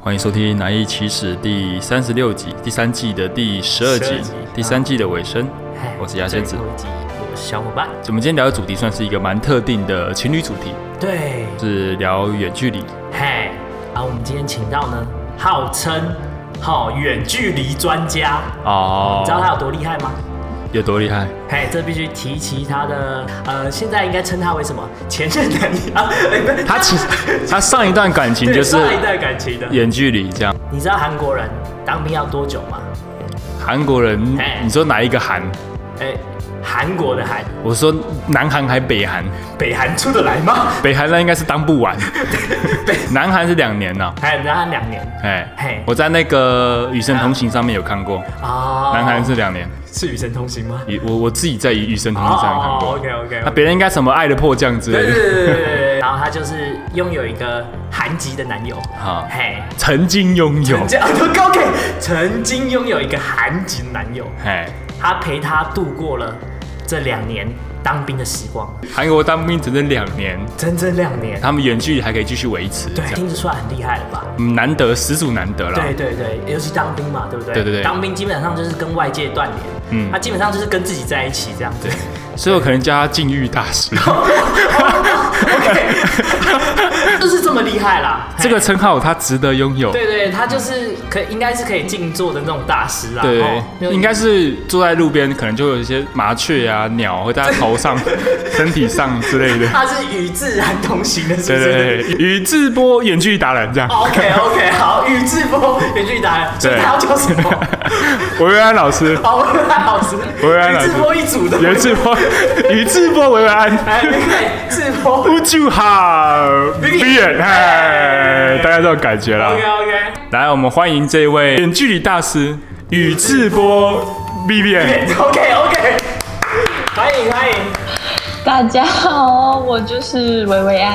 欢迎收听《难易启齿》第三十六集，第三季的第十二集12集，哎第三季的尾声。嗨我是牙仙子最后一集我是小伙伴。我们今天聊的主题算是一个蛮特定的情侣主题，对，是聊远距离。嗨，然后我们今天请到呢，号称好远距离专家，哦你知道他有多厉害吗？有多厉害？嘿，这必须提起他的，呃，现在应该称他为什么？前任男友 啊？哎不是他 其实他上一段感情对就是上一段感情的。远距离这样。你知道韩国人当兵要多久吗？韩国人哎，你说哪一个韩？哎，韩国的韩，我说南韩还北韩？北韩出得来 吗？北韩那应该是当 不完，北，南韩是两年呐、还有你知道他两年哎嘿，我在那个《与神同行》上面有看过，哦，南韩是两年，是与神同行吗？哦与我我自己在《与神同行》上面看过。 ，OK OK，那别人应该什么爱的迫降之对类对的，对对对对， 然后她就是拥有一个韩籍的男友，好嘿，曾经拥有曾，经啊对，OK，曾经拥有一个韩籍男友，哎，他陪她度过了这两年当兵的时光，韩国当兵整整两年，整整两年，他们远距离还可以继续维持，这对，样听得出来很厉害了吧？嗯难得，实属难得啦。对对对，尤其当兵嘛，对不对？啊对对对当兵基本上就是跟外界断联，嗯嗯，他基本上就是跟自己在一起这样 子。所以我可能叫他禁欲大师，哦 OK，就是 这么厉害啦。这个称号他值得拥有。对对，他就是可应该是可以静坐的那种大师啦。对哦对，应该是坐在路边，可能就有一些麻雀啊、鸟会在他头 上、身体上之类的。他是与自然同行的，是对不是哦对对，宇智波远距离达人这样。 ？OK OK，好，宇智波远距离达人，所以对他要叫什 么？维维安老师，好，我来老师，维安老宇师智波一组的，宇智波，宇智波维维安，哎，对，智波不就好闭眼，哎，大概这种感觉啦。 ，OK OK，来，我们欢迎这位远距离大师宇智波 B B N。 OK OK，欢迎欢迎，大家好，我就是薇薇安。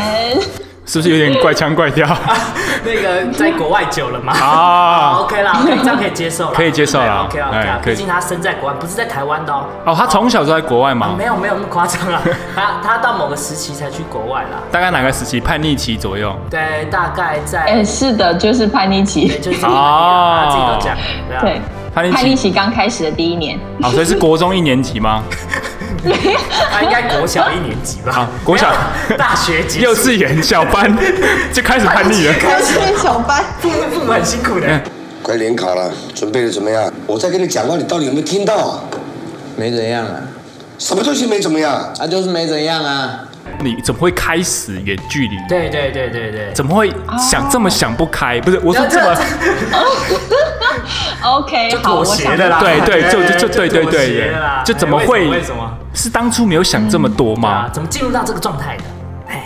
是不是有点怪腔怪 调那个在国外久了嘛。好啊？ OK 啦，OK，这样可以接受啦，可以接受啦 OK 啦，OK 哎啦，可以毕竟他身在国外，不是在台湾的哦。哦，他从小就在国外嘛没，有没有那么夸 张啦，啊他他到某个时期才去国外啦。大概哪个时期？叛逆期左右。对，大概哎、在是的，就是叛逆期对，，就是这个哦他自己都讲，对啊对，叛逆期叛逆期刚开始的第一年，好，哦所以是国中一年级 吗？他应该国小一年级吧？ 啊国小没有大学 级，幼稚园小班 就开始叛逆了。开始小班。父母父母很辛苦嗯的。快联考了，准备的怎么样？我在跟你讲话，你到底有没有听到啊？没怎样啊，什么东西没怎么样？啊就是没怎样啊。你怎么会开始远距离？对对对对对，怎么会想这么想不开？不是，我说哦这这么 OK，就哦好，妥我协想的啦，对对就就就对对妥对协的啦就怎么哎会为什么？是当初没有想这么多啊吗？，怎么进入到这个状态的？哎，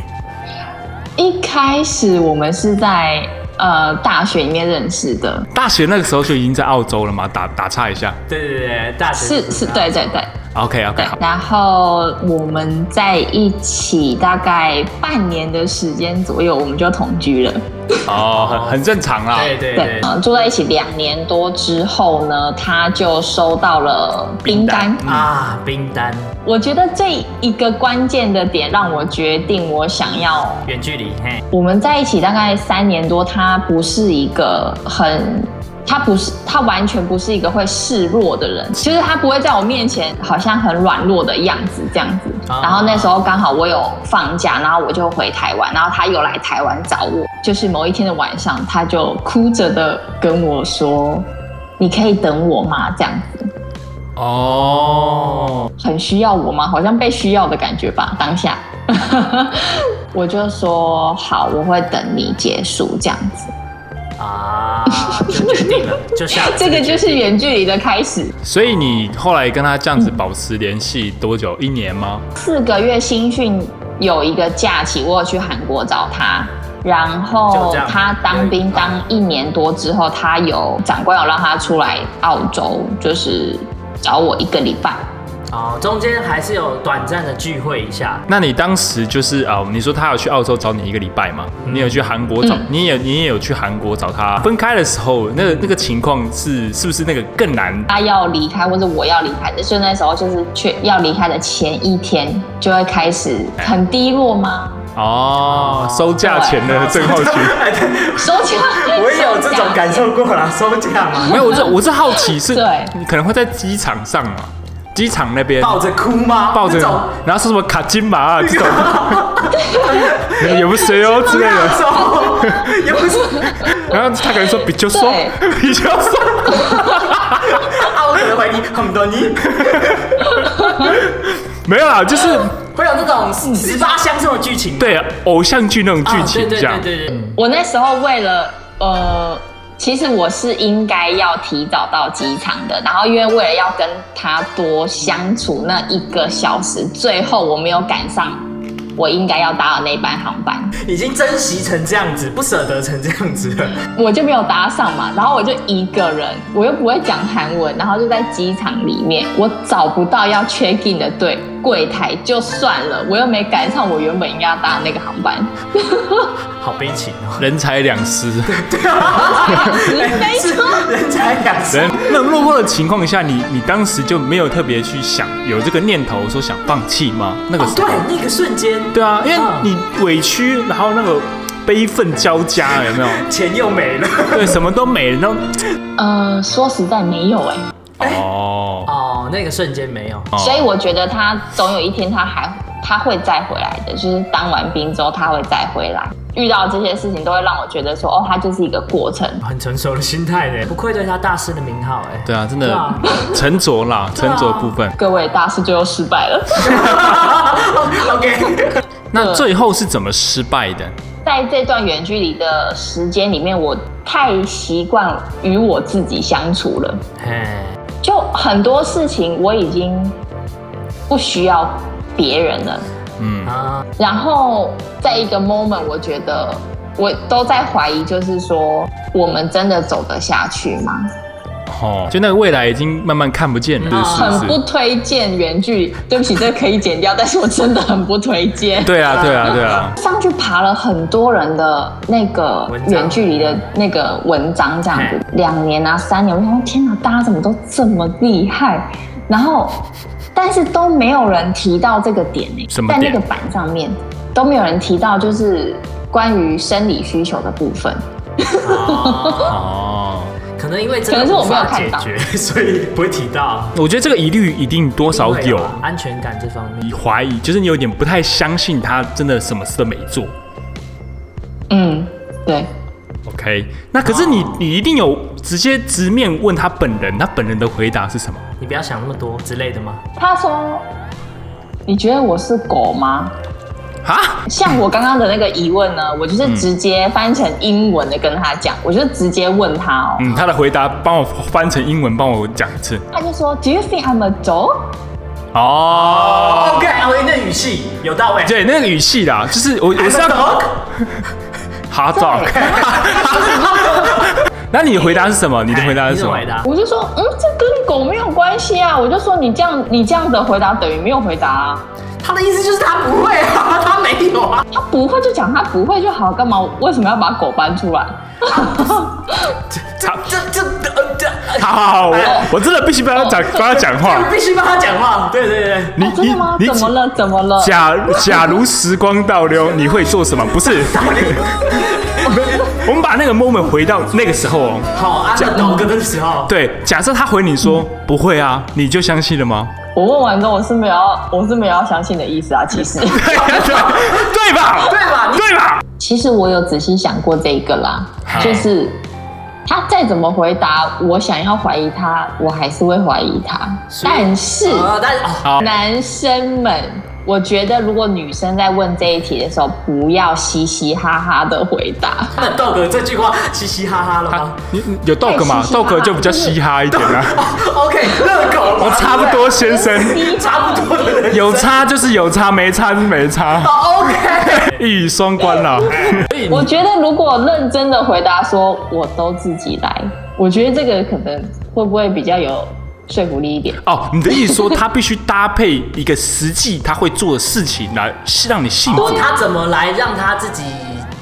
一开始我们是在呃大学里面认识的，大学那个时候就已经在澳洲了嘛？打打岔一下。对对对，大学是是，对对对嗯 OK OK，对好。。然后我们在一起大概半年的时间左右，我们就同居了。哦，很很正常啦。啊对对对对，，呃，住在一起两年多之后呢，他就收到了冰单。嗯啊，冰单我觉得这一个关键的点让我决定我想要。远距离，嘿，我们在一起大概三年多，他不是一个很。他不是，他完全不是一个会示弱的人，就是他不会在我面前好像很软弱的样子这样子。啊然后那时候刚好我有放假，然后我就回台湾，然后他又来台湾找我。就是某一天的晚上，他就哭着的跟我说：“你可以等我吗？”这样子，哦，很需要我吗？好像被需要的感觉吧，当下。 我就说好，我会等你结束这样子。啊，就决定了，就下了这个决定就是远距离的开始。所以你后来跟他这样子保持联系多久？一年吗？四个月新训有一个假期，我有去韩国找他。然就后这样他当兵当一年多之后，他有长官有让他出来澳洲，就是找我一个礼拜。哦，中间还是有短暂的聚会一下，那你当时就是啊、你说他有去澳洲找你一个礼拜嘛？你有去韩国找，嗯你也你也有去韩国找他。分开的时候，那个那个情况是是不是那个更难？啊他要离开或者我要离开的，所以那时候就是去要离开的前一天就会开始很低落吗？哦，收价钱的症候群。收起来， 我也有这种种感受过了，收假嘛，没有，我是我是好奇是，对你可能会在机场上嘛，机场那边抱着哭吗？抱着那种，然后说什么卡金马啊这种，也不谁哦之类的，那种，也不是 然后他可能说比较爽， 比较爽，啊，我可能怀疑很多你没有啦，就是会有这种十八相送的剧情，对偶像剧那种啊，剧情对这样对，对对对，我那时候为了呃，其实我是应该要提早到机场的，然后因为为了要跟他多相处那一个小时，最后我没有赶上我应该要搭的那班航班，已经珍惜成这样子，不舍得成这样子了。我就没有搭上嘛，然后我就一个人，我又不会讲韩文，然后就在机场里面，我找不到要 check in 的对柜台就算了，我又没赶上我原本应该要搭的那个航班，好悲情 哦，人财两失。没哎是错。人才两失人那落魄的情况下，你你当时就没有特别去想有这个念头说想放弃吗？那个哦，时候，对，那个瞬间，对啊，因为嗯你委屈，然后那个悲愤交加，有没有？钱又没了。对，什么都没了，呃，说实在没有哎、然后哦。 哦，那个瞬间没有。哦所以我觉得他总有一天他还他会再回来的，就是当完兵之后他会再回来。遇到这些事情都会让我觉得说，哦，他就是一个过程。很成熟的心态呢，不愧对他大师的名号哎。对啊，真对的啊沉着啦，啊沉着部分。各位大师最后失败了， OK，那最后是怎么失败的？在这段远距离的时间里面，我太习惯与我自己相处了，哎，就很多事情我已经不需要别人了。嗯，啊，然后在一个 moment，我觉得我都在怀疑，就是说我们真的走得下去吗？哦，就那个未来已经慢慢看不见了，是不嗯很不是？推荐原剧，对不起，这可以剪掉，但是我真的很不推荐。对啊，对啊，对 啊，上去爬了很多人的那个文章远距离的那个文章，这样子嘿两年啊三年，我想说天哪，大家怎么都这么厉害？然后，但是都没有人提到这个点呢、什么在点那个板上面都没有人提到，就是关于生理需求的部分。哦哦，可能因为真可能是的我无没有法看解到决， 所以不会提到。我觉得这个疑虑一定多少因为有啊安全感这方面你，怀疑，就是你有点不太相信他真的什么事都没做。嗯，对， OK，那可是你哦你一定有直接直面问他本人，他本人的回答是什么？你不要想那么多之类的吗？他说：“你觉得我是狗吗？”啊？像我刚刚的那个疑问呢，我就是直接翻成英文的跟他讲，我就直接问他哦，嗯，他的回答帮我翻成英文，帮我讲一次。他就说，Do you think I'm a dog？哦 OK，阿威那语气有到位。对，那个语气啦，就是我我是啊要 dog，哈照。那你的回答是什么？你的回答是什么哎你？的回答我就说，嗯，这跟狗没有关系啊。我就说你这样，你这样的回答等于没有回答啊。他的意思就是他不会啊，他没有 啊。他不会就讲他不会就好，干嘛？为什么要把狗搬出来？这这这呃这，呃好好好，我我真的必须帮他讲帮他讲话。 必须帮他讲话。对对对，你哦 真的吗？你怎么了？怎么了？假假如时光倒流，你会做什么？不是，我们把那个 moment 回到那个时候哦。好，安了 dog 的时候，对，假设他回你说不会啊，你就相信了吗？我问完之后，我是没有要，我是没有要相信的 意思啊。其实，对对吧？对吧？ 对吧？其实我有仔细想过这个啦好，就是他再怎么回答，我想要怀疑他，我还是会怀疑他。但是啊，但是哦好，男生们，我觉得如果女生在问这一题的时候，不要嘻嘻哈哈的回答。他的 dog 这句话嘻嘻哈哈了他吗你你有 dog 吗太嘻嘻哈哈？dog 就比较嘻哈一点啦。哦？OK，热狗我嘛差不多，先生，嘻哈差不多的人有差就是有差，没差就是没差， OK，一语双关啦。嗯我觉得如果认真的回答说我都自己来，我觉得这个可能会不会比较有说服力一点？哦，你的意思说他必须搭配一个实际他会做的事情来让你信服？他怎么来让他自己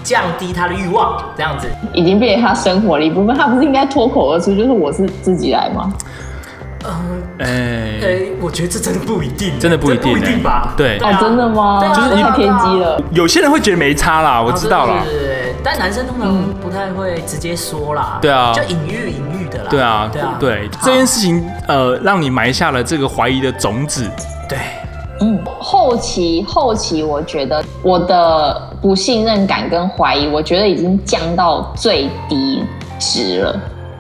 降低他的欲望？这样子，已经变成他生活的一部分，他不是应该脱口而出就是我是自己来吗？哎，哎，呃我觉得这真的不一定，真的不一定这不一定吧哎？对哦，真的吗？对啊就是一太偏激了。有些人会觉得没差啦，我知道啦。哦嗯对对对，但男生通常不太会直接说啦，对啊就隐喻隐喻的啦，对啊，对啊，对好这件事情，呃，让你埋下了这个怀疑的种子。对，嗯，后期后期，我觉得我的不信任感跟怀疑，我觉得已经降到最低值了。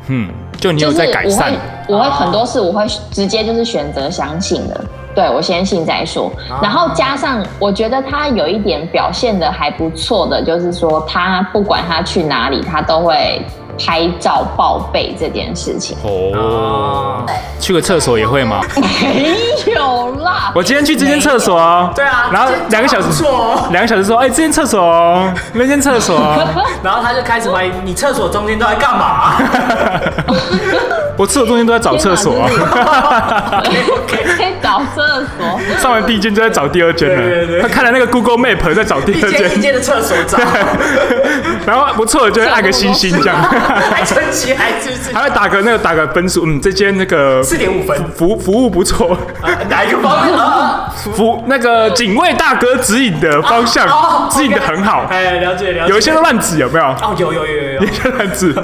嗯，就你就有是在改善，我会我会哦很多事，我会直接就是选择相信的。对我先信再说，啊哦然后加上我觉得他有一点表现的还不错的，就是说他不管他去哪里，他都会拍照报备这件事 情。哦哦，去个厕所也会吗？没有啦，我今天去这间 厕所哦，对啊然后这两个小时不错哦两个小时说，哎，这间厕所哦，那间厕所哦，然后他就开始怀疑你厕所中间都在干嘛 我厕所中间都在找厕所 啊，天？OK，在找厕所。上完第一间就在找第二间对对了，对他看了那个 Google Map 在找第一二间一间，间的厕所找， 然后不错的就会按个星星这样， 还存起来是不是 还？会打个那个打个分数，嗯，这间那个四点五分， 服服务不错，啊哪一个方面？啊服那个警卫大哥指引的方向哦指引的很好，哎，了解了解。有一些都乱指有没 有？哦，有有有有 有一些乱指有。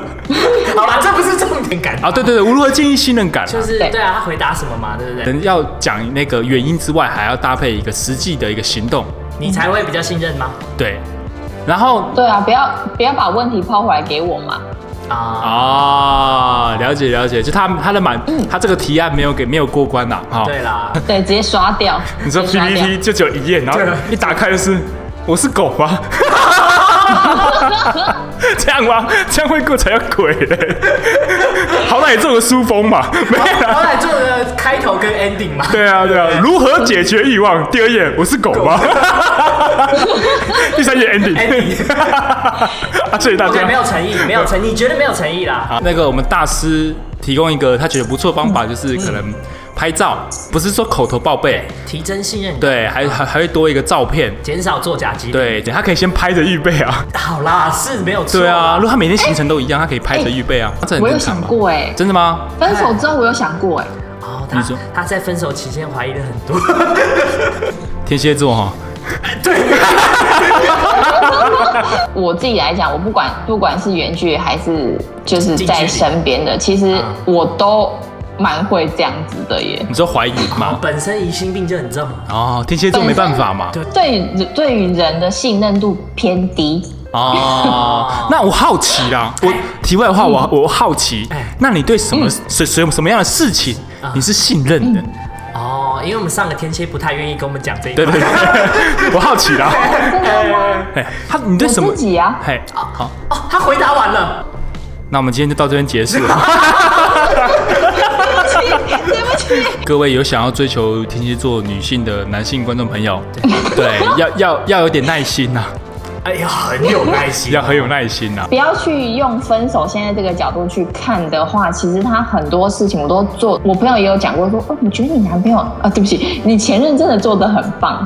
好啦，这不是重点感啊，对对对，我如何建议信任感啊？就是对对啊，他回答什么嘛，对不对？人要讲那个原因之外，还要搭配一个实际的一个行动，你才会比较信任吗？对。然后对啊，不要不要把问题抛回来给我嘛。啊，啊、了解了解，就他他的满，他这个提案没有给没有过关呐、啊，哈、对啦， 对，直接刷掉。你说直接刷掉 PPT 就只有一页，然后对一打开就是我是狗吗？这样吗？这样会过才叫鬼嘞！好歹也做个书封嘛，没有啦。好歹做个开头跟 ending 嘛。对啊，对啊，如何解决欲望？第二页，我是狗吗？ 第三页 ending， Ending 啊，所以大，OK，家没有诚意，没有诚意，绝对没有诚意啦。啊，那个我们大师提供一个他觉得不错的方法，就是可能拍照，不是说口头报备，提升信任，，对，还还还会多一个照片，减少作假机。，对，他可以先拍着预备 啊，好啦，是没有错。对啊，如，果他每天行程都一样，他可以拍着预备啊，这很 我有正常想吧？过哎、真的吗？分手之后我有想过哎、哦，你说他他在分手期间怀疑了很多。 天蝎座哈，哦我自己来讲，我不管不管是远距离还是就是在身边的，其实啊我都蛮会这样子的耶。你说怀疑吗？本身疑心病就很重，哦，天蝎座没办法嘛，对对于对于人的信任度偏低， 哦，那我好奇啦，我题外话，我我好奇哎，那你对什嗯么什什什么样的事情啊你是信任的？哦，因为我们上个天蝎不太愿意跟我们讲这一对块。对对，我好奇啦。真的吗？哎，他你对我什么自？己啊，嘿，好，哦，他回答完了，那我们今天就到这边结束了。对不起，各位有想要追求天蝎座女性的男性观众朋友，对，要要要有点耐心呐，哎呀，很有耐心 要。很有耐心呐。不要去用分手现在这个角度去看的话，其实他很多事情我都做。我朋友也有讲过说，哦，我觉得你男朋友啊，对不起，你前任真的做的很棒，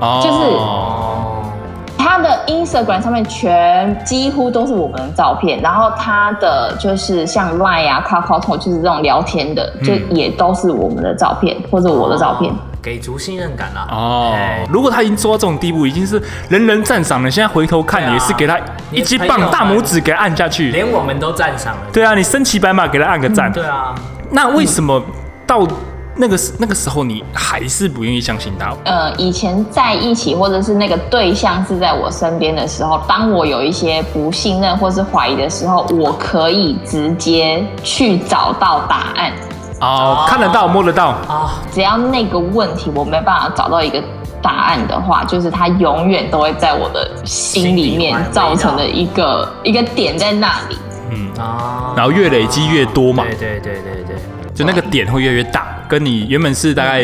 哦，哦，他的 Instagram 上面全几乎都是我们的照片，然后他的就是像 Line 啊、c o c o t o 就是这种聊天的，就也都是我们的照片或者我的照片。给足信任感啦。哎哦，如果他已经做到这种地步，已经是人人赞赏了，现在回头看对啊也是给他一击你的朋友棒，啊大拇指给他按下去。连我们都赞赏了。对啊，你身骑白马给他按个赞。对啊，那为什么到那个时那个时候你还是不愿意相信他？呃，以前在一起或者是那个对象是在我身边的时候，当我有一些不信任或是怀疑的时候，我可以直接去找到答案。哦，看得到摸得到，啊，只要那个问题我没办法找到一个答案的话，就是它永远都会在我的心里面造成的一个一个点在那里。嗯，啊然后越累积越多嘛对对对对对，就那个点会越来越大，跟你原本是大概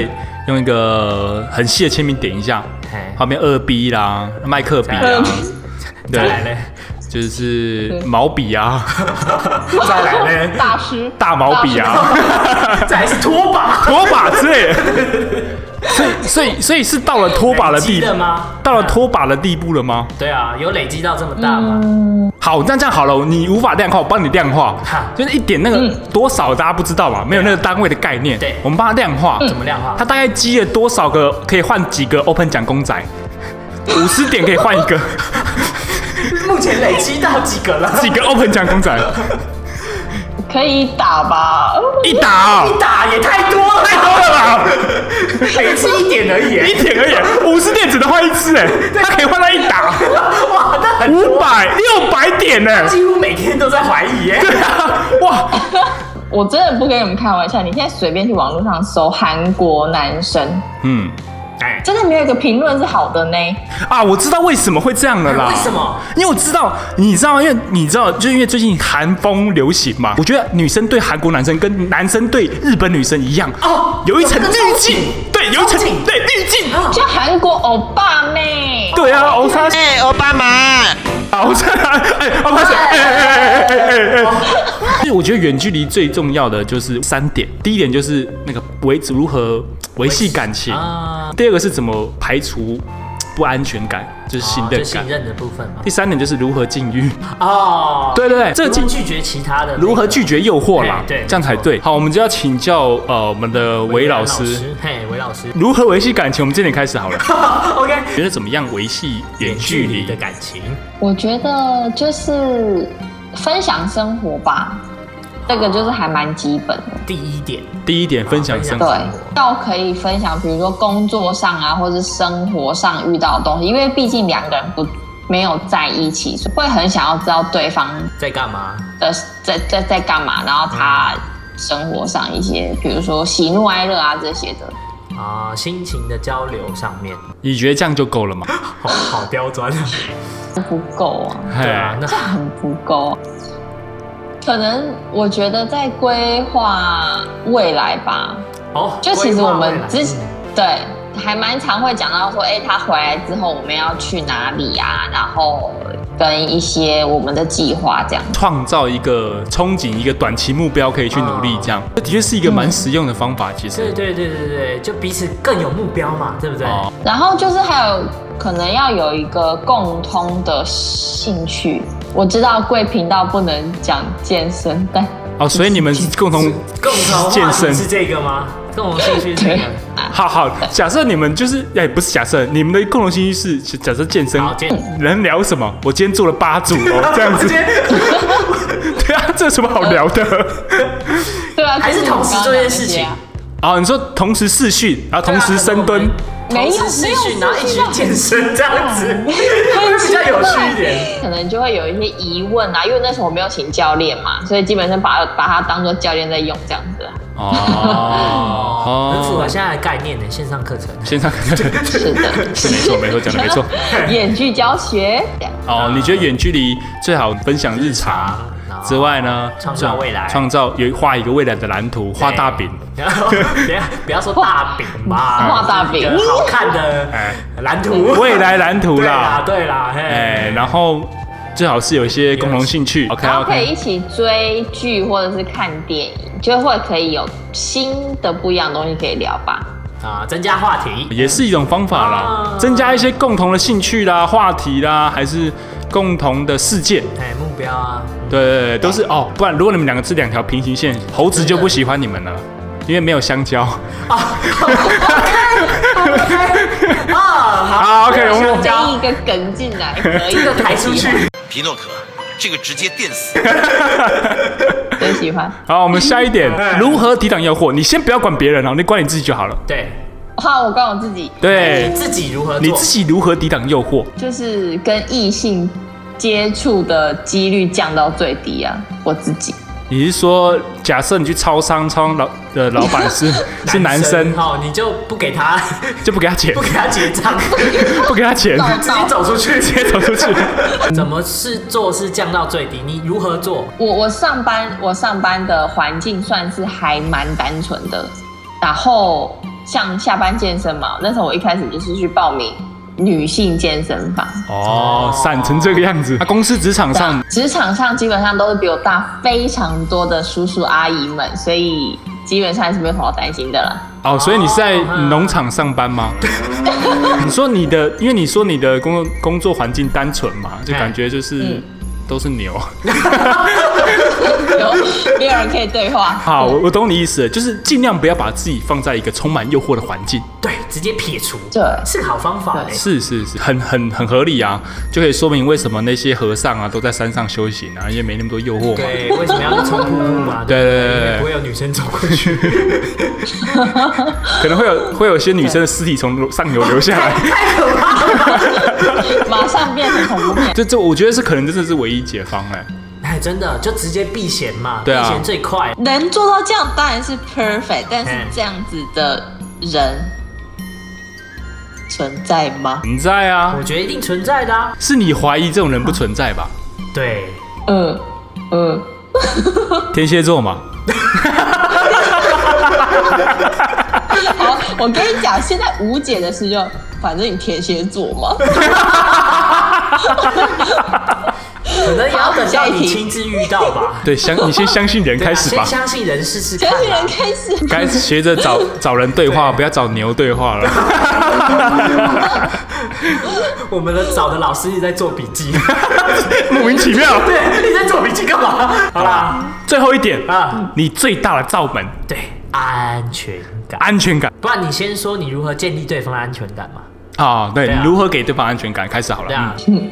用一个很细的铅笔点一下，嘿，旁边二 B 啦、麦克笔再来啊嗯，再来对， 嘞，就是毛笔啊、 再来嘞， 大师，大毛笔大师，啊、再来是拖把，拖把之类的。所以，所以，所以是到了拖把的累积地的吗到了拖把的地步了吗？对啊，有累积到这么大吗？嗯好，那这样好了，你无法量化，我帮你量化哈，啊就是一点那个嗯多少大家不知道嘛，没有那个单位的概念，对嗯我们帮他量化，怎么量化他？大概积了多少个 可以换几个 Open 奖公仔？五十点可以换一个，目前累积到几个了？ 几个 open 讲公仔，可以打吧？ 一打、啊一打也太多了， 太多了吧？累积一点而一已。点而已，五十点只能换一次哎，他可以换到一打，哇，那很五多，百六百点呢。几乎每天都在怀疑耶。对啊，哇，我真的不跟你们开玩笑，你现在随便去网络上搜韩国男生，嗯哎，真的没有一个评论是好的呢。啊，我知道为什么会这样了啦。哎为什么？因为我知道，你知道吗，因为你知道，就是因为最近韩风流行嘛，我觉得女生对韩国男生跟男生对日本女生一样，哦有一层有那滤个憧镜憬，对，有一层憧憬对滤镜。就韩国欧巴妹，对哦啊，欧巴，哎、奥巴马，啊欧巴，哎，欧巴，哦哎哎哎哎哎哎。所以我觉得远距离最重要的就是三点，第一点就是那个维如何维系感情，啊，第二个是怎么排除不安全感，就是信哦任就信感。任的部分嘛第。三点就是如何禁欲，哦，对对对，这如个禁何拒绝其他的？如何拒？绝诱惑啦哎，对这样才对。好，我们就要请教呃我们的韦老师，，嗯嘿，韦老师如何维系感情，我们这点开始 好了。 ，OK，觉得怎么样维系远距离的？感情，我觉得就是分享生活吧，这个就是还蛮基本的。第一点，第一点，分享生对活。生活，要可以分享，比如说工作上啊，或是生活上遇到的东西，因为毕竟两个人不没有在一起，所以会很想要知道对方在干嘛？的在在在干嘛，然后他生活上一些，比如说喜怒哀乐啊这些的。啊，心情的交流上面，你觉得这样就够了吗？好好刁 钻啊！不够啊，对啊，嘿那这很不够啊。可能我觉得在规划未来吧，哦，就其实我们之前对还蛮常会讲到说，哎、他回来之后我们要去哪里啊？然后跟一些我们的计划这样。创造一个憧憬，一个短期目标可以去努力，这样这的确是一个蛮实用的方法。其对实，对对对对，就彼此更有目标嘛，对不对？哦然后就是还有可能要有一个共通的兴趣。我知道贵频道不能讲健身，但 哦，所以你们共同共同话健身题是这个吗？共同兴趣是 这对个。好好，假设你们就是哎，不是假设，你们的共同兴趣是假设健身，好，健能聊什么？我今天做了八组 哦，这样子今。天对啊，这有什么好聊 的？对啊，还是就你同时刚刚做这件讲那事些情啊，哦，你说同时视讯，然后啊同时深蹲，没有同时视没有讯，然后一起去健身这样子，很会比奇较怪有趣一点。可能就会有一些疑问啊，因为那时候我没有请教练嘛，所以基本上把把他当做教练在用这样子啊。哦哦， 很符合现在的概念的线上课程。线上课程， 是的，没错没错，讲的没 错。远距教学这样。哦，你觉得远距离最好分享日常日常之外呢？创造未来创造有画一个未来的蓝图，画大 饼。对，不要不要说大饼吧，画大饼一个好看的蓝图，哎未来蓝图对啊啦啦，，对啦，嘿，哎，然后最好是有一些共同兴趣。OK 然后可以 OK，一起追剧或者是看电影，就会可以有新的不一样的东西可以聊吧。啊，增加话题，也是一种方法啦啊，增加一些共同的兴趣啦、话题啦，还是共同的世界。哎，目标啊，对对对，都是哦，不然如果你们两个是两条平行线，猴子就不喜欢你们了，因为没有香蕉。啊，好，好，OK，我们想编一个梗进来，可以这个抬 出去，皮诺可，这个直接电死。最喜欢。好，我们下一点， 如何抵挡诱惑？你先不要管别人哦，你管你自己就好了。对，好，我告诉我自己，对，自己如何做，你自己如何抵挡诱惑？就是跟异性接触的几率降到最低啊，我自己。你是说，假设你去超商，超商老的老板是是 男生，哦，你就不给他， 就不给他钱不，给他结 账，不给他钱，直接走出去，直接走出去。怎么是做是降到最低？你如何做？我我上班我上班的环境算是还蛮单纯的，然后像下班健身嘛，那时候我一开始就是去报名女性健身房，哦，闪成这个样子，他啊公司职场上职场上基本上都是比我大非常多的叔叔阿姨们，所以基本上还是没有什么好担心的啦。哦，所以你是在哦嗯农场上班吗？哦你说你的，因为你说你的工作工作环境单哎纯嘛，就感觉就是嗯都是牛，有没有人人可以对话。好，我我懂你意思了，就是尽量不要把自己放在一个充满诱惑的环境。对，直接撇除，对是个好方法嘞。是是是，很很很合理啊，就可以说明为什么那些和尚啊都在山上修行啊，因为没那么多诱惑嘛。对，为什么要冲瀑布嘛？ 对对不对对因为不会有女生走过去， 可能会有会有些女生的尸体从上游流下来，马上变成恐怖片。 这这我觉得是可能真的是唯一解方哎、哎，真的就直接避嫌嘛，对啊避嫌最快。能做到这样当然是 perfect，但是这样子的人存在吗？存在啊我，觉得一定存在的啊。是你怀疑这种人不存在吧？对，嗯嗯，天蝎座嘛，好，我跟你讲，现在无解的事就，反正你天蝎座嘛，可能也要等到下一你题亲自遇到吧。 对，相你先相信人对啊开始吧先，相信人试试看相啊。信人开始。该学着找 找人对话，对不要找牛对话 了。我们的找的老师一直在做笔记， 莫名其妙。对，你在做笔记 干嘛？好啦，最后一点啊啊，你最大的罩门对，安全感。安全感不然你先说你如何建立对方的安全感嘛？啊，对，对啊你如何给对方安全感？开始好对了， 啊嗯，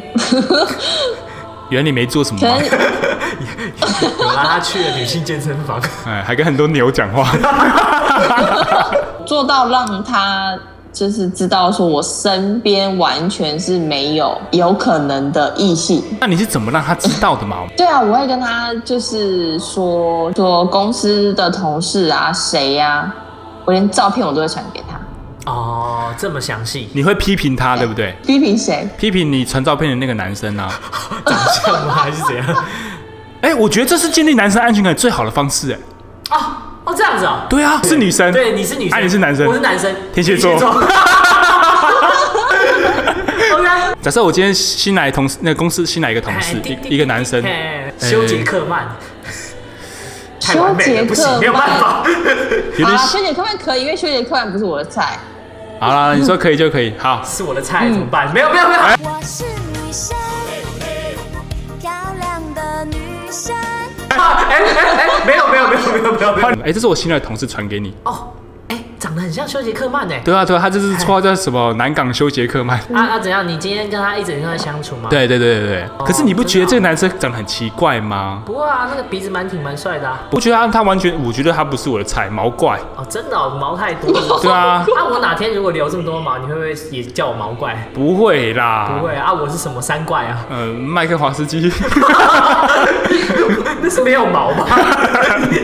原来你没做什么可嘛，能我拉他去了女性健身 房，哎，还跟很多牛讲 话，做到让他就是知道说我身边完全是没有有可能的异性。那你是怎么让他知道的嘛？对啊，我会跟他就是说说公司的同事啊，谁呀、我连照片我都会传给他。哦，这么详细，你会批评他，对不对？批评谁？批评你传照片的那个男生啊？长相吗？还是怎样？哎，我觉得这是建立男生安全感最好的方式，哎， 哦哦，这样子哦，对啊，是女生，对，你是女生，啊你是男生我是男生，天蝎座 OK，假设我今天新来同事，那个公司新来一个同事，哎一一个男生，哎修杰克曼，太修完美杰了，不行，克没有办曼。法。有点啊好啦，修杰克曼可以，因为修杰克曼不是我的菜。 好啦，你说可以就可以，好，是我的嗯菜怎么办？没有没有没哎有，我是女生，漂亮的女生。哎哎哎，没有没有没有没有没有没有。 哎，这是我新来的同事传给你，哦，哎，长得很像修杰克曼哎。对啊，对啊，他这是绰号叫什么？南港修杰克曼。啊啊，怎样？你今天跟他一整天在相处吗？，对对对对对，可是你不觉得真的啊这个男生长得很奇怪吗？不过啊，那个鼻子蛮挺蛮帅的啊。我觉得他他完全，我觉得他不是我的菜，毛怪。哦，真的哦、毛太多了。 对啊，啊，我哪天如果留这么多毛，你会不会也叫我毛怪？不会啦，不会。啊，我是什么三怪啊？ 呃，麦克华斯基， 那是没有毛吧？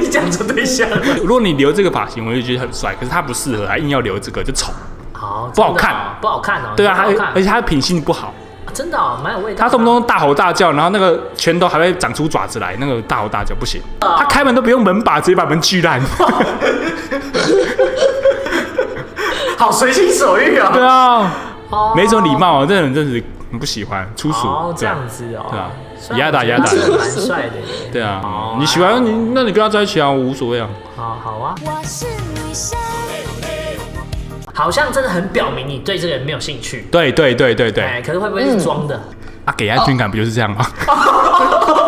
你讲错对象了。如果你留这个发型，我就觉得很帅，可是他不适合，还硬要留这个，就丑。好，不好真的哦看不好看哦。对啊，他不好看，而且他品性不好，啊真的哦蛮有味道的啊。他动不动大吼大叫，然后那个拳头还会长出爪子来，那个大吼大叫不行。啊他开门都不用门把，直接把门锯烂。好随心所欲啊。 对啊，哦，没什么礼貌啊，这种人真的是很不喜欢，粗俗。哦，这对啊样子哦。对啊虽然压打压打我觉得他蛮帅的耶。对哦啊，你喜欢你，那你跟他在一起啊，我无所谓啊。好好啊，我是女生，好像真的很表明你对这个人没有兴趣。对对对对对，哎，可是会不会是装的？啊，给安全感不就是这样 吗？嗯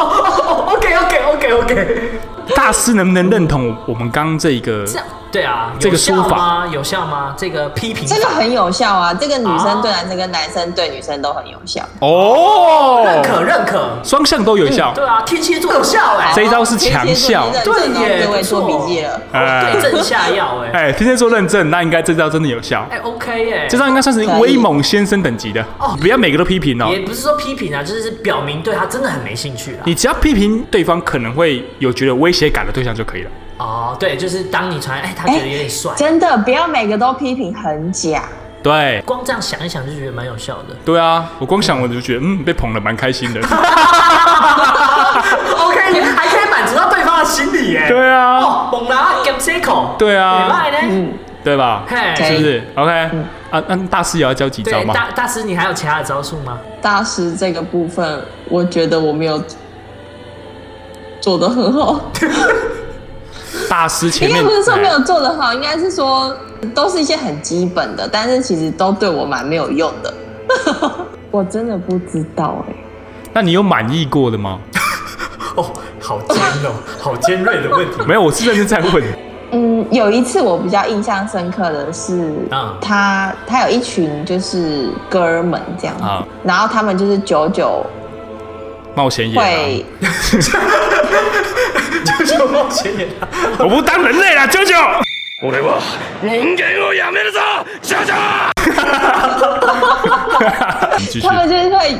OK OK OK OK，大师能不能认同我们刚刚这一个？这样对啊，这个有效说法吗？有效吗？这个批评法这个很有效啊，这个女啊生对男生跟男生对女生都很有效。认可哦，认可，双向都有效。对啊，天蝎座有效哎，这一招是强效天蝎座对真的耶各位做不错笔记了。哎对症下药哎，哎，天蝎座认证，那应该这招真的有效。哎 OK 耶，这招应该算是威猛先生等级的哦，不要每个都批评哦。也不是说批评啊，就是表明对他真的很没兴趣啊。你只要批评对方可能会有觉得威胁感的对象就可以了。哦，对，就是当你传哎，他觉得有点帅，真的不要每个都批评，很假。对，光这样想一想就觉得蛮有效 的。对啊，我光想我就觉得，嗯，被捧的蛮开心的。哦 OK，还可以满足到对方的心理耶。对啊，哦，猛男 g a m c i c l 对啊哦呢？对吧？哎嘿是不是？OK，啊，那大师也要教几招对，吗？大大师，你还有其他的招数吗？大师这个部分，我觉得我没有做的很好，大师前应该面哎不是说没有做的好，应该是说都是一些很基本的，但是其实都对我蛮没有用 的。我真的不知道哎、 那你有满意过的吗？哦，好尖哦，好尖锐的 问题。没有，我是认真在问。嗯，有一次我比较印象深刻的是，啊嗯他他有一群就是哥们这样子，啊然后他们就是久久冒险野会狼，，这就冒险也大我不当人类了，舅舅。 我人は 他们就是会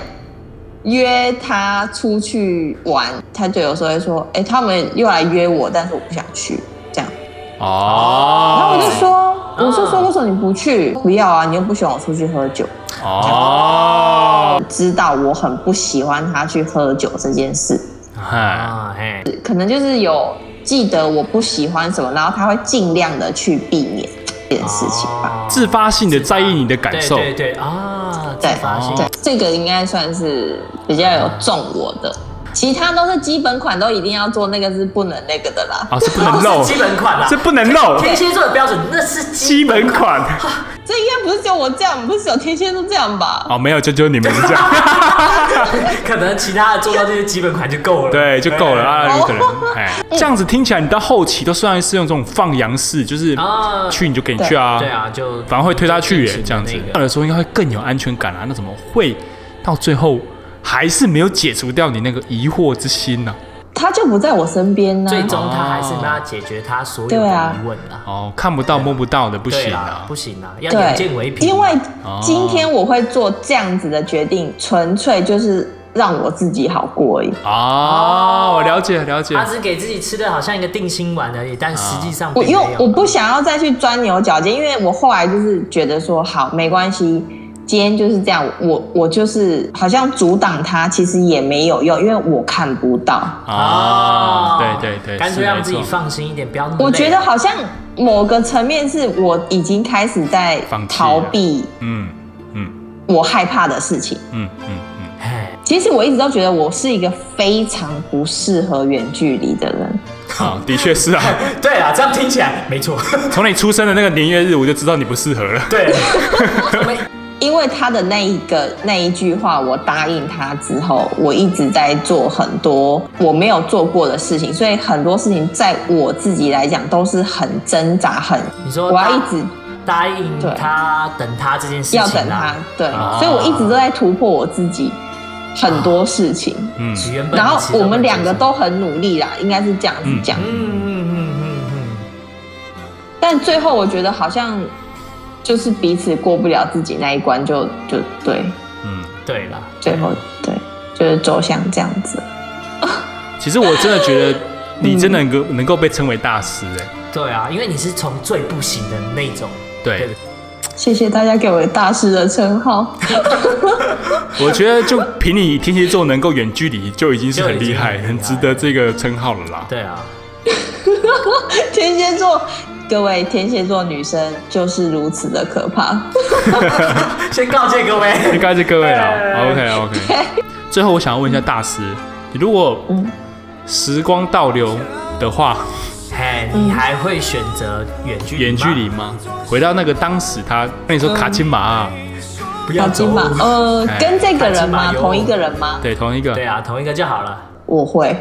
约他出去玩，他就有时候会说，哎、他们又来约我，但是我不想去，这样，然后我就哦说，我就说为什么你不去？不要啊，你又不喜欢我出去喝酒，哦，知道我很不喜欢他去喝酒这件事，嗨，啊，嘿，可能就是有记得我不喜欢什么，然后他会尽量的去避免这件事情吧。哦自发性的在意你的感受对对对啊，自对发性哦对，这个应该算是比较有中我的，其他都是基本款，都一定要做，那个是不能那个的啦。啊，是不哦能漏是，基本款啦，这不能 漏，天蝎座的标准那是基本款。这应该不是只有我这样，不是只有天蝎都这样吧？ 哦，没有，就就你们是这样，可能其他的做到这些基本款就够了，对，就够了啊，有可能，哎，这样子听起来，你到后期都算是用这种放羊式，就是啊去你就给你去啊，对啊，就反而会推他去耶，这样子就进行，按的那嗯个理说应该会更有安全感啊。那怎么会到最后还是没有解除掉你那个疑惑之心呢、他就不在我身边啊呢、最终他还是没有解决他所有的对啊疑问啦。哦，看不到摸不到的不对行啦啊，不行啊，要眼见为对，凭。因为哦今天我会做这样子的决定，纯粹就是让我自己好过而已。哦，我了解了解他只给自己吃的好像一个定心丸而已，但实际上我并因没为有啊我不想要再去钻牛角尖，因为我后来就是觉得说，好，没关系，今天就是这样，我我就是好像阻挡他，其实也没有用，因为我看不到。哦，啊对对对，啊干脆是让没自己错放心一点，不要那么累。啊我觉得好像某个层面是我已经开始在放弃了逃避嗯嗯我害怕的事情。嗯嗯嗯，嘿，其实我一直都觉得我是一个非常不适合远距离的人。好，的确是啊，对啊，这样听起来没错。 从你出生的那个年月日，我就知道你不适合了。对，因为他的那一个那一句话，我答应他之后，我一直在做很多我没有做过的事情，所以很多事情在我自己来讲都是很挣扎，很你说我要答一直答应他等他这件事情要啊，等他，对啊，所以我一直都在突破我自己很多事情。嗯，只原本然其后中我们两个的都很努力啦，应该是这样子讲。嗯嗯嗯嗯但最后我觉得好像就是彼此过不了自己那一关就，就对，嗯，嗯，对了，最后对，就是走向这样子。其实我真的 觉得你真的能够能够被称为大师哎、对啊，因为你是从最不行的那种，对不谢谢大家给我大师的称号，我觉得就凭你天蝎座能够远距离，就已经是很厉害，就已经很厉害很值得这个称号了啦。对啊，天蝎座。各位天蝎座女生就是如此的可怕，先告诫各应位， 该是各位啦。对 OK OK。最后我想要问一下大师，你如果时光倒流的话，嘿，你还会选择远距离？远距离，吗？回到那个当时他，那你说卡金马啊，嗯不好要走金马，呃哎，跟这个人吗？卡金马哟同一个人吗？对，同一个对，啊，同一个就好了。我会，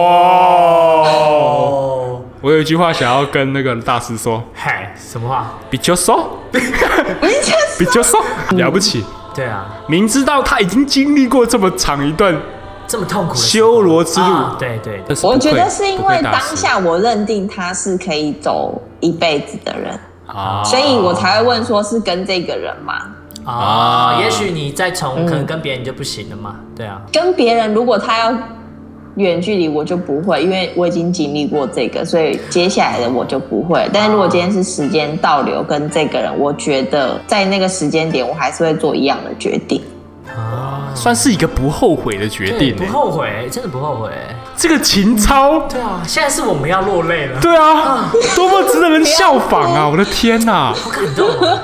哇！哦，我有一句话想要跟那个大师说，嘿，什么话？比丘说，比丘说，了不起，对啊，明知道他已经经历过这么长一段这么痛苦的时候修罗之路啊，对对但对是我不觉愧得是因不愧为大当师下我认定他是可以走一辈子的人，啊所以我才会问说是跟这个人吗？啊，啊也许你再从可能跟别人就不行了嘛，对啊，跟别人如果他要远距离，我就不会，因为我已经经历过这个，所以接下来的我就不会。但是如果今天是时间倒流跟这个人，我觉得在那个时间点，我还是会做一样的决定。啊，算是一个不后悔的决对定不欸，后悔，真的不后悔。这个情操。对啊，现在是我们要落泪了，对啊，嗯多么值得人效仿啊！我的天呐、好感动哦。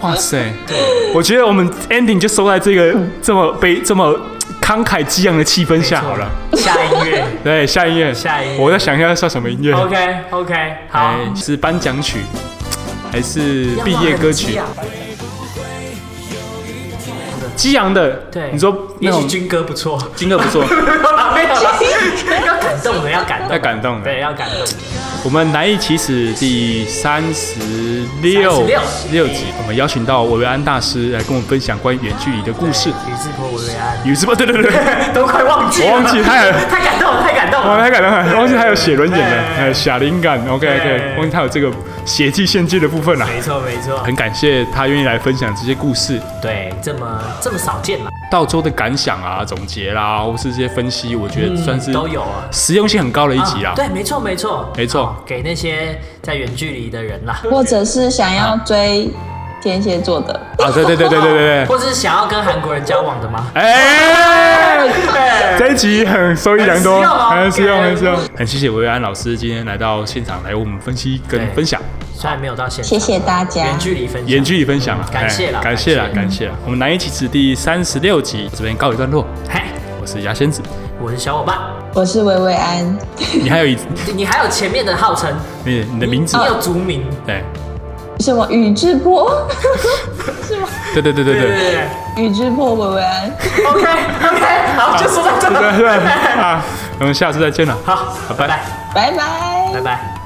哇塞！我觉得我们 ending 就收在这个这么悲、这么慷慨激昂的气氛 下好了。下音乐 对，下音乐，下音乐我在想一下算什么音乐。 ，OK OK，好哎，，是颁奖曲还是毕业歌曲要不要很激？昂激昂的，对，你说那也许种军歌 不错，金额不错，没有啦，要感动的，要感动的，要感动的对，要感动的。我们难易启齿第三十六六集，我们邀请到维维安大师来跟我们分享关于远距离的故事。于是坡维维 安，宇智波，对对 对，都快忘记了，我忘记他 也太感动了，太感动我了，太感动了，忘记还有写轮眼了， 对哎，假灵感，OK OK，对忘记他有这个血迹献祭的部分了。啊没错没错，很感谢他愿意来分享这些故事，对，这么这么少见嘛，道周的感想啊、总结啦，或是这些分析，我觉得嗯算是嗯都有啊实用性很高的一集啊啦。对，哦没错没错没错好给那些在远距离的人啦，或者是想要追天蝎座的，啊，对对对对对对 对，或者是想要跟韩国人交往的吗？哎。对这一集很收益良多，很很实实用，用哦很实用。很谢谢维安老师今天来到现场来为我们分析跟对分享，虽然没有到现场，谢谢大家。远距离分享，远距离分享啊，感谢啦哎感谢啦，感谢感谢啦。我们难以启齿第三十六集这边告一段落，嘿，我是牙仙 子，我是小伙伴，我是薇薇安，你还有一，你你还有前面的号称，你你的名字啊哎你，有族名，对，什么宇智波， 对对对对对对 对。对宇智波薇薇安。对，OK OK，好，就说到 这对儿，对啊，我们下次再见了， 好，拜拜拜拜拜拜。拜。